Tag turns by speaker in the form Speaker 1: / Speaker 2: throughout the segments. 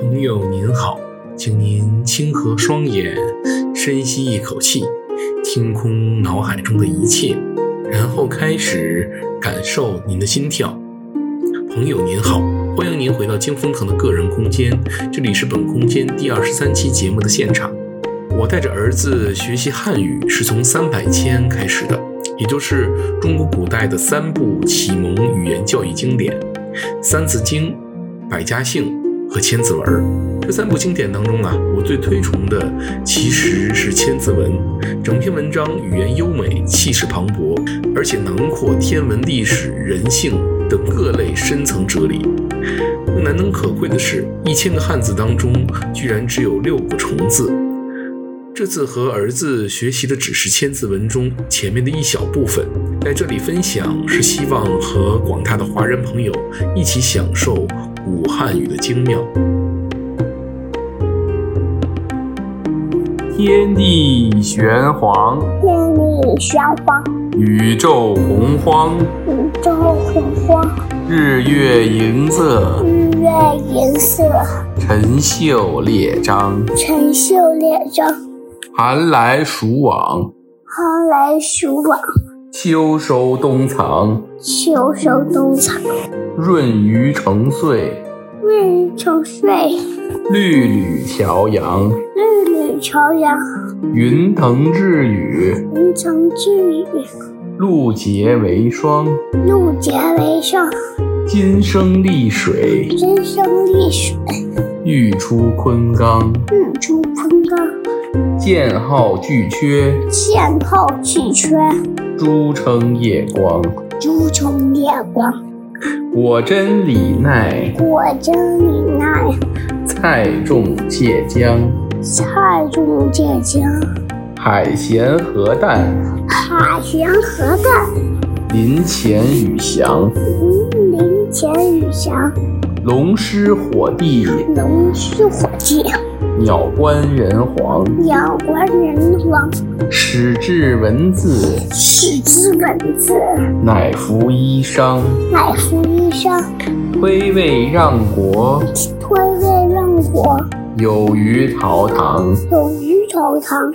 Speaker 1: 朋友您好，请您轻合双眼，深吸一口气，清空脑海中的一切，然后开始感受您的心跳。朋友您好，欢迎您回到惊风堂的个人空间，这里是本空间第二十三期节目的现场。我带着儿子学习汉语是从三百千开始的，也就是中国古代的三部启蒙语言教育经典《三字经》《百家姓》和《千字文》。这三部经典当中啊，我最推崇的其实是《千字文》。整篇文章语言优美，气势磅礴，而且囊括天文、历史、人性等各类深层哲理。更难能可贵的是，一千个汉字当中，居然只有六个虫字。这次和儿子学习的只是《千字文》中前面的一小部分，在这里分享是希望和广大的华人朋友一起享受古汉语的精妙。
Speaker 2: 天地玄黄，
Speaker 3: 天地玄黄，
Speaker 2: 宇宙洪荒，
Speaker 3: 宇宙洪荒，
Speaker 2: 日月盈仄，
Speaker 3: 日月盈仄，
Speaker 2: 辰宿列张，
Speaker 3: 辰宿列张，
Speaker 2: 寒来暑往，
Speaker 3: 寒来暑往，
Speaker 2: 秋收冬藏，
Speaker 3: 秋收冬藏，
Speaker 2: 润于成岁，
Speaker 3: 润于成岁，
Speaker 2: 绿缕乔阳，
Speaker 3: 绿缕朝阳，
Speaker 2: 云腾致雨，
Speaker 3: 云层致雨，
Speaker 2: 露结为霜，
Speaker 3: 露结为霜，
Speaker 2: 金生丽水，
Speaker 3: 金生丽水，
Speaker 2: 玉出昆冈，
Speaker 3: 日出昆冈，
Speaker 2: 剑号巨阙，
Speaker 3: 剑后俱缺，
Speaker 2: 珠称夜光。
Speaker 3: 朱重夜光，
Speaker 2: 果真李奈，
Speaker 3: 果真李奈，
Speaker 2: 菜种芥江，
Speaker 3: 菜中芥江，
Speaker 2: 海咸荷淡，
Speaker 3: 海洋河淡，
Speaker 2: 林前雨翔，
Speaker 3: 林林前雨翔。
Speaker 2: 龙师火帝，
Speaker 3: 龙是火鸡，
Speaker 2: 鸟官人皇，
Speaker 3: 鸟官人王，
Speaker 2: 始制文字，
Speaker 3: 始知文字，
Speaker 2: 乃服衣裳，
Speaker 3: 乃服衣裳，
Speaker 2: 推位让国，
Speaker 3: 推位让国，
Speaker 2: 有于陶唐，
Speaker 3: 有鱼头堂，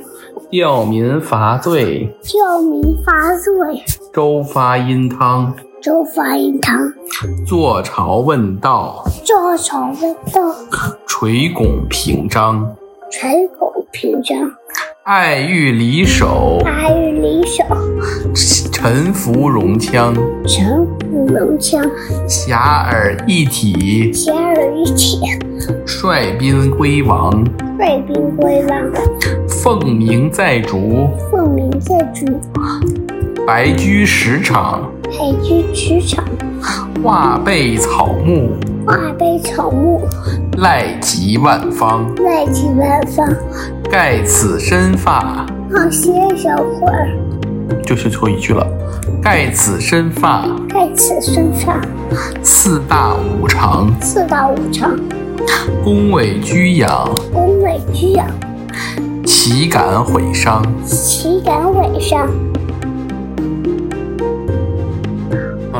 Speaker 2: 吊民伐罪，
Speaker 3: 教民伐罪，
Speaker 2: 周发殷汤，
Speaker 3: 周法印堂，
Speaker 2: 坐朝问道，
Speaker 3: 坐朝问道，
Speaker 2: 垂拱平章，
Speaker 3: 垂拱平章，
Speaker 2: 爱欲离手，
Speaker 3: 阿玉离手，
Speaker 2: 沉浮容腔，
Speaker 3: 沉浮龙枪，
Speaker 2: 遐迩一体，
Speaker 3: 铁耳一铁，
Speaker 2: 率宾归王，
Speaker 3: 瑞宾归王，
Speaker 2: 凤鸣在竹，
Speaker 3: 凤鸣在主，
Speaker 2: 白驹食场，
Speaker 3: 海居驰骋，
Speaker 2: 化被草木，
Speaker 3: 化悲草木，
Speaker 2: 赖及万方。
Speaker 3: 外起万方。
Speaker 2: 盖此身发，
Speaker 3: 好歇小会儿，
Speaker 2: 就是最后一句了。盖此身发，
Speaker 3: 盖此身上，
Speaker 2: 四大五常，
Speaker 3: 四大五常，
Speaker 2: 宫闱居养，
Speaker 3: 宫闱居养，
Speaker 2: 岂敢毁伤？
Speaker 3: 岂敢违上？
Speaker 1: 好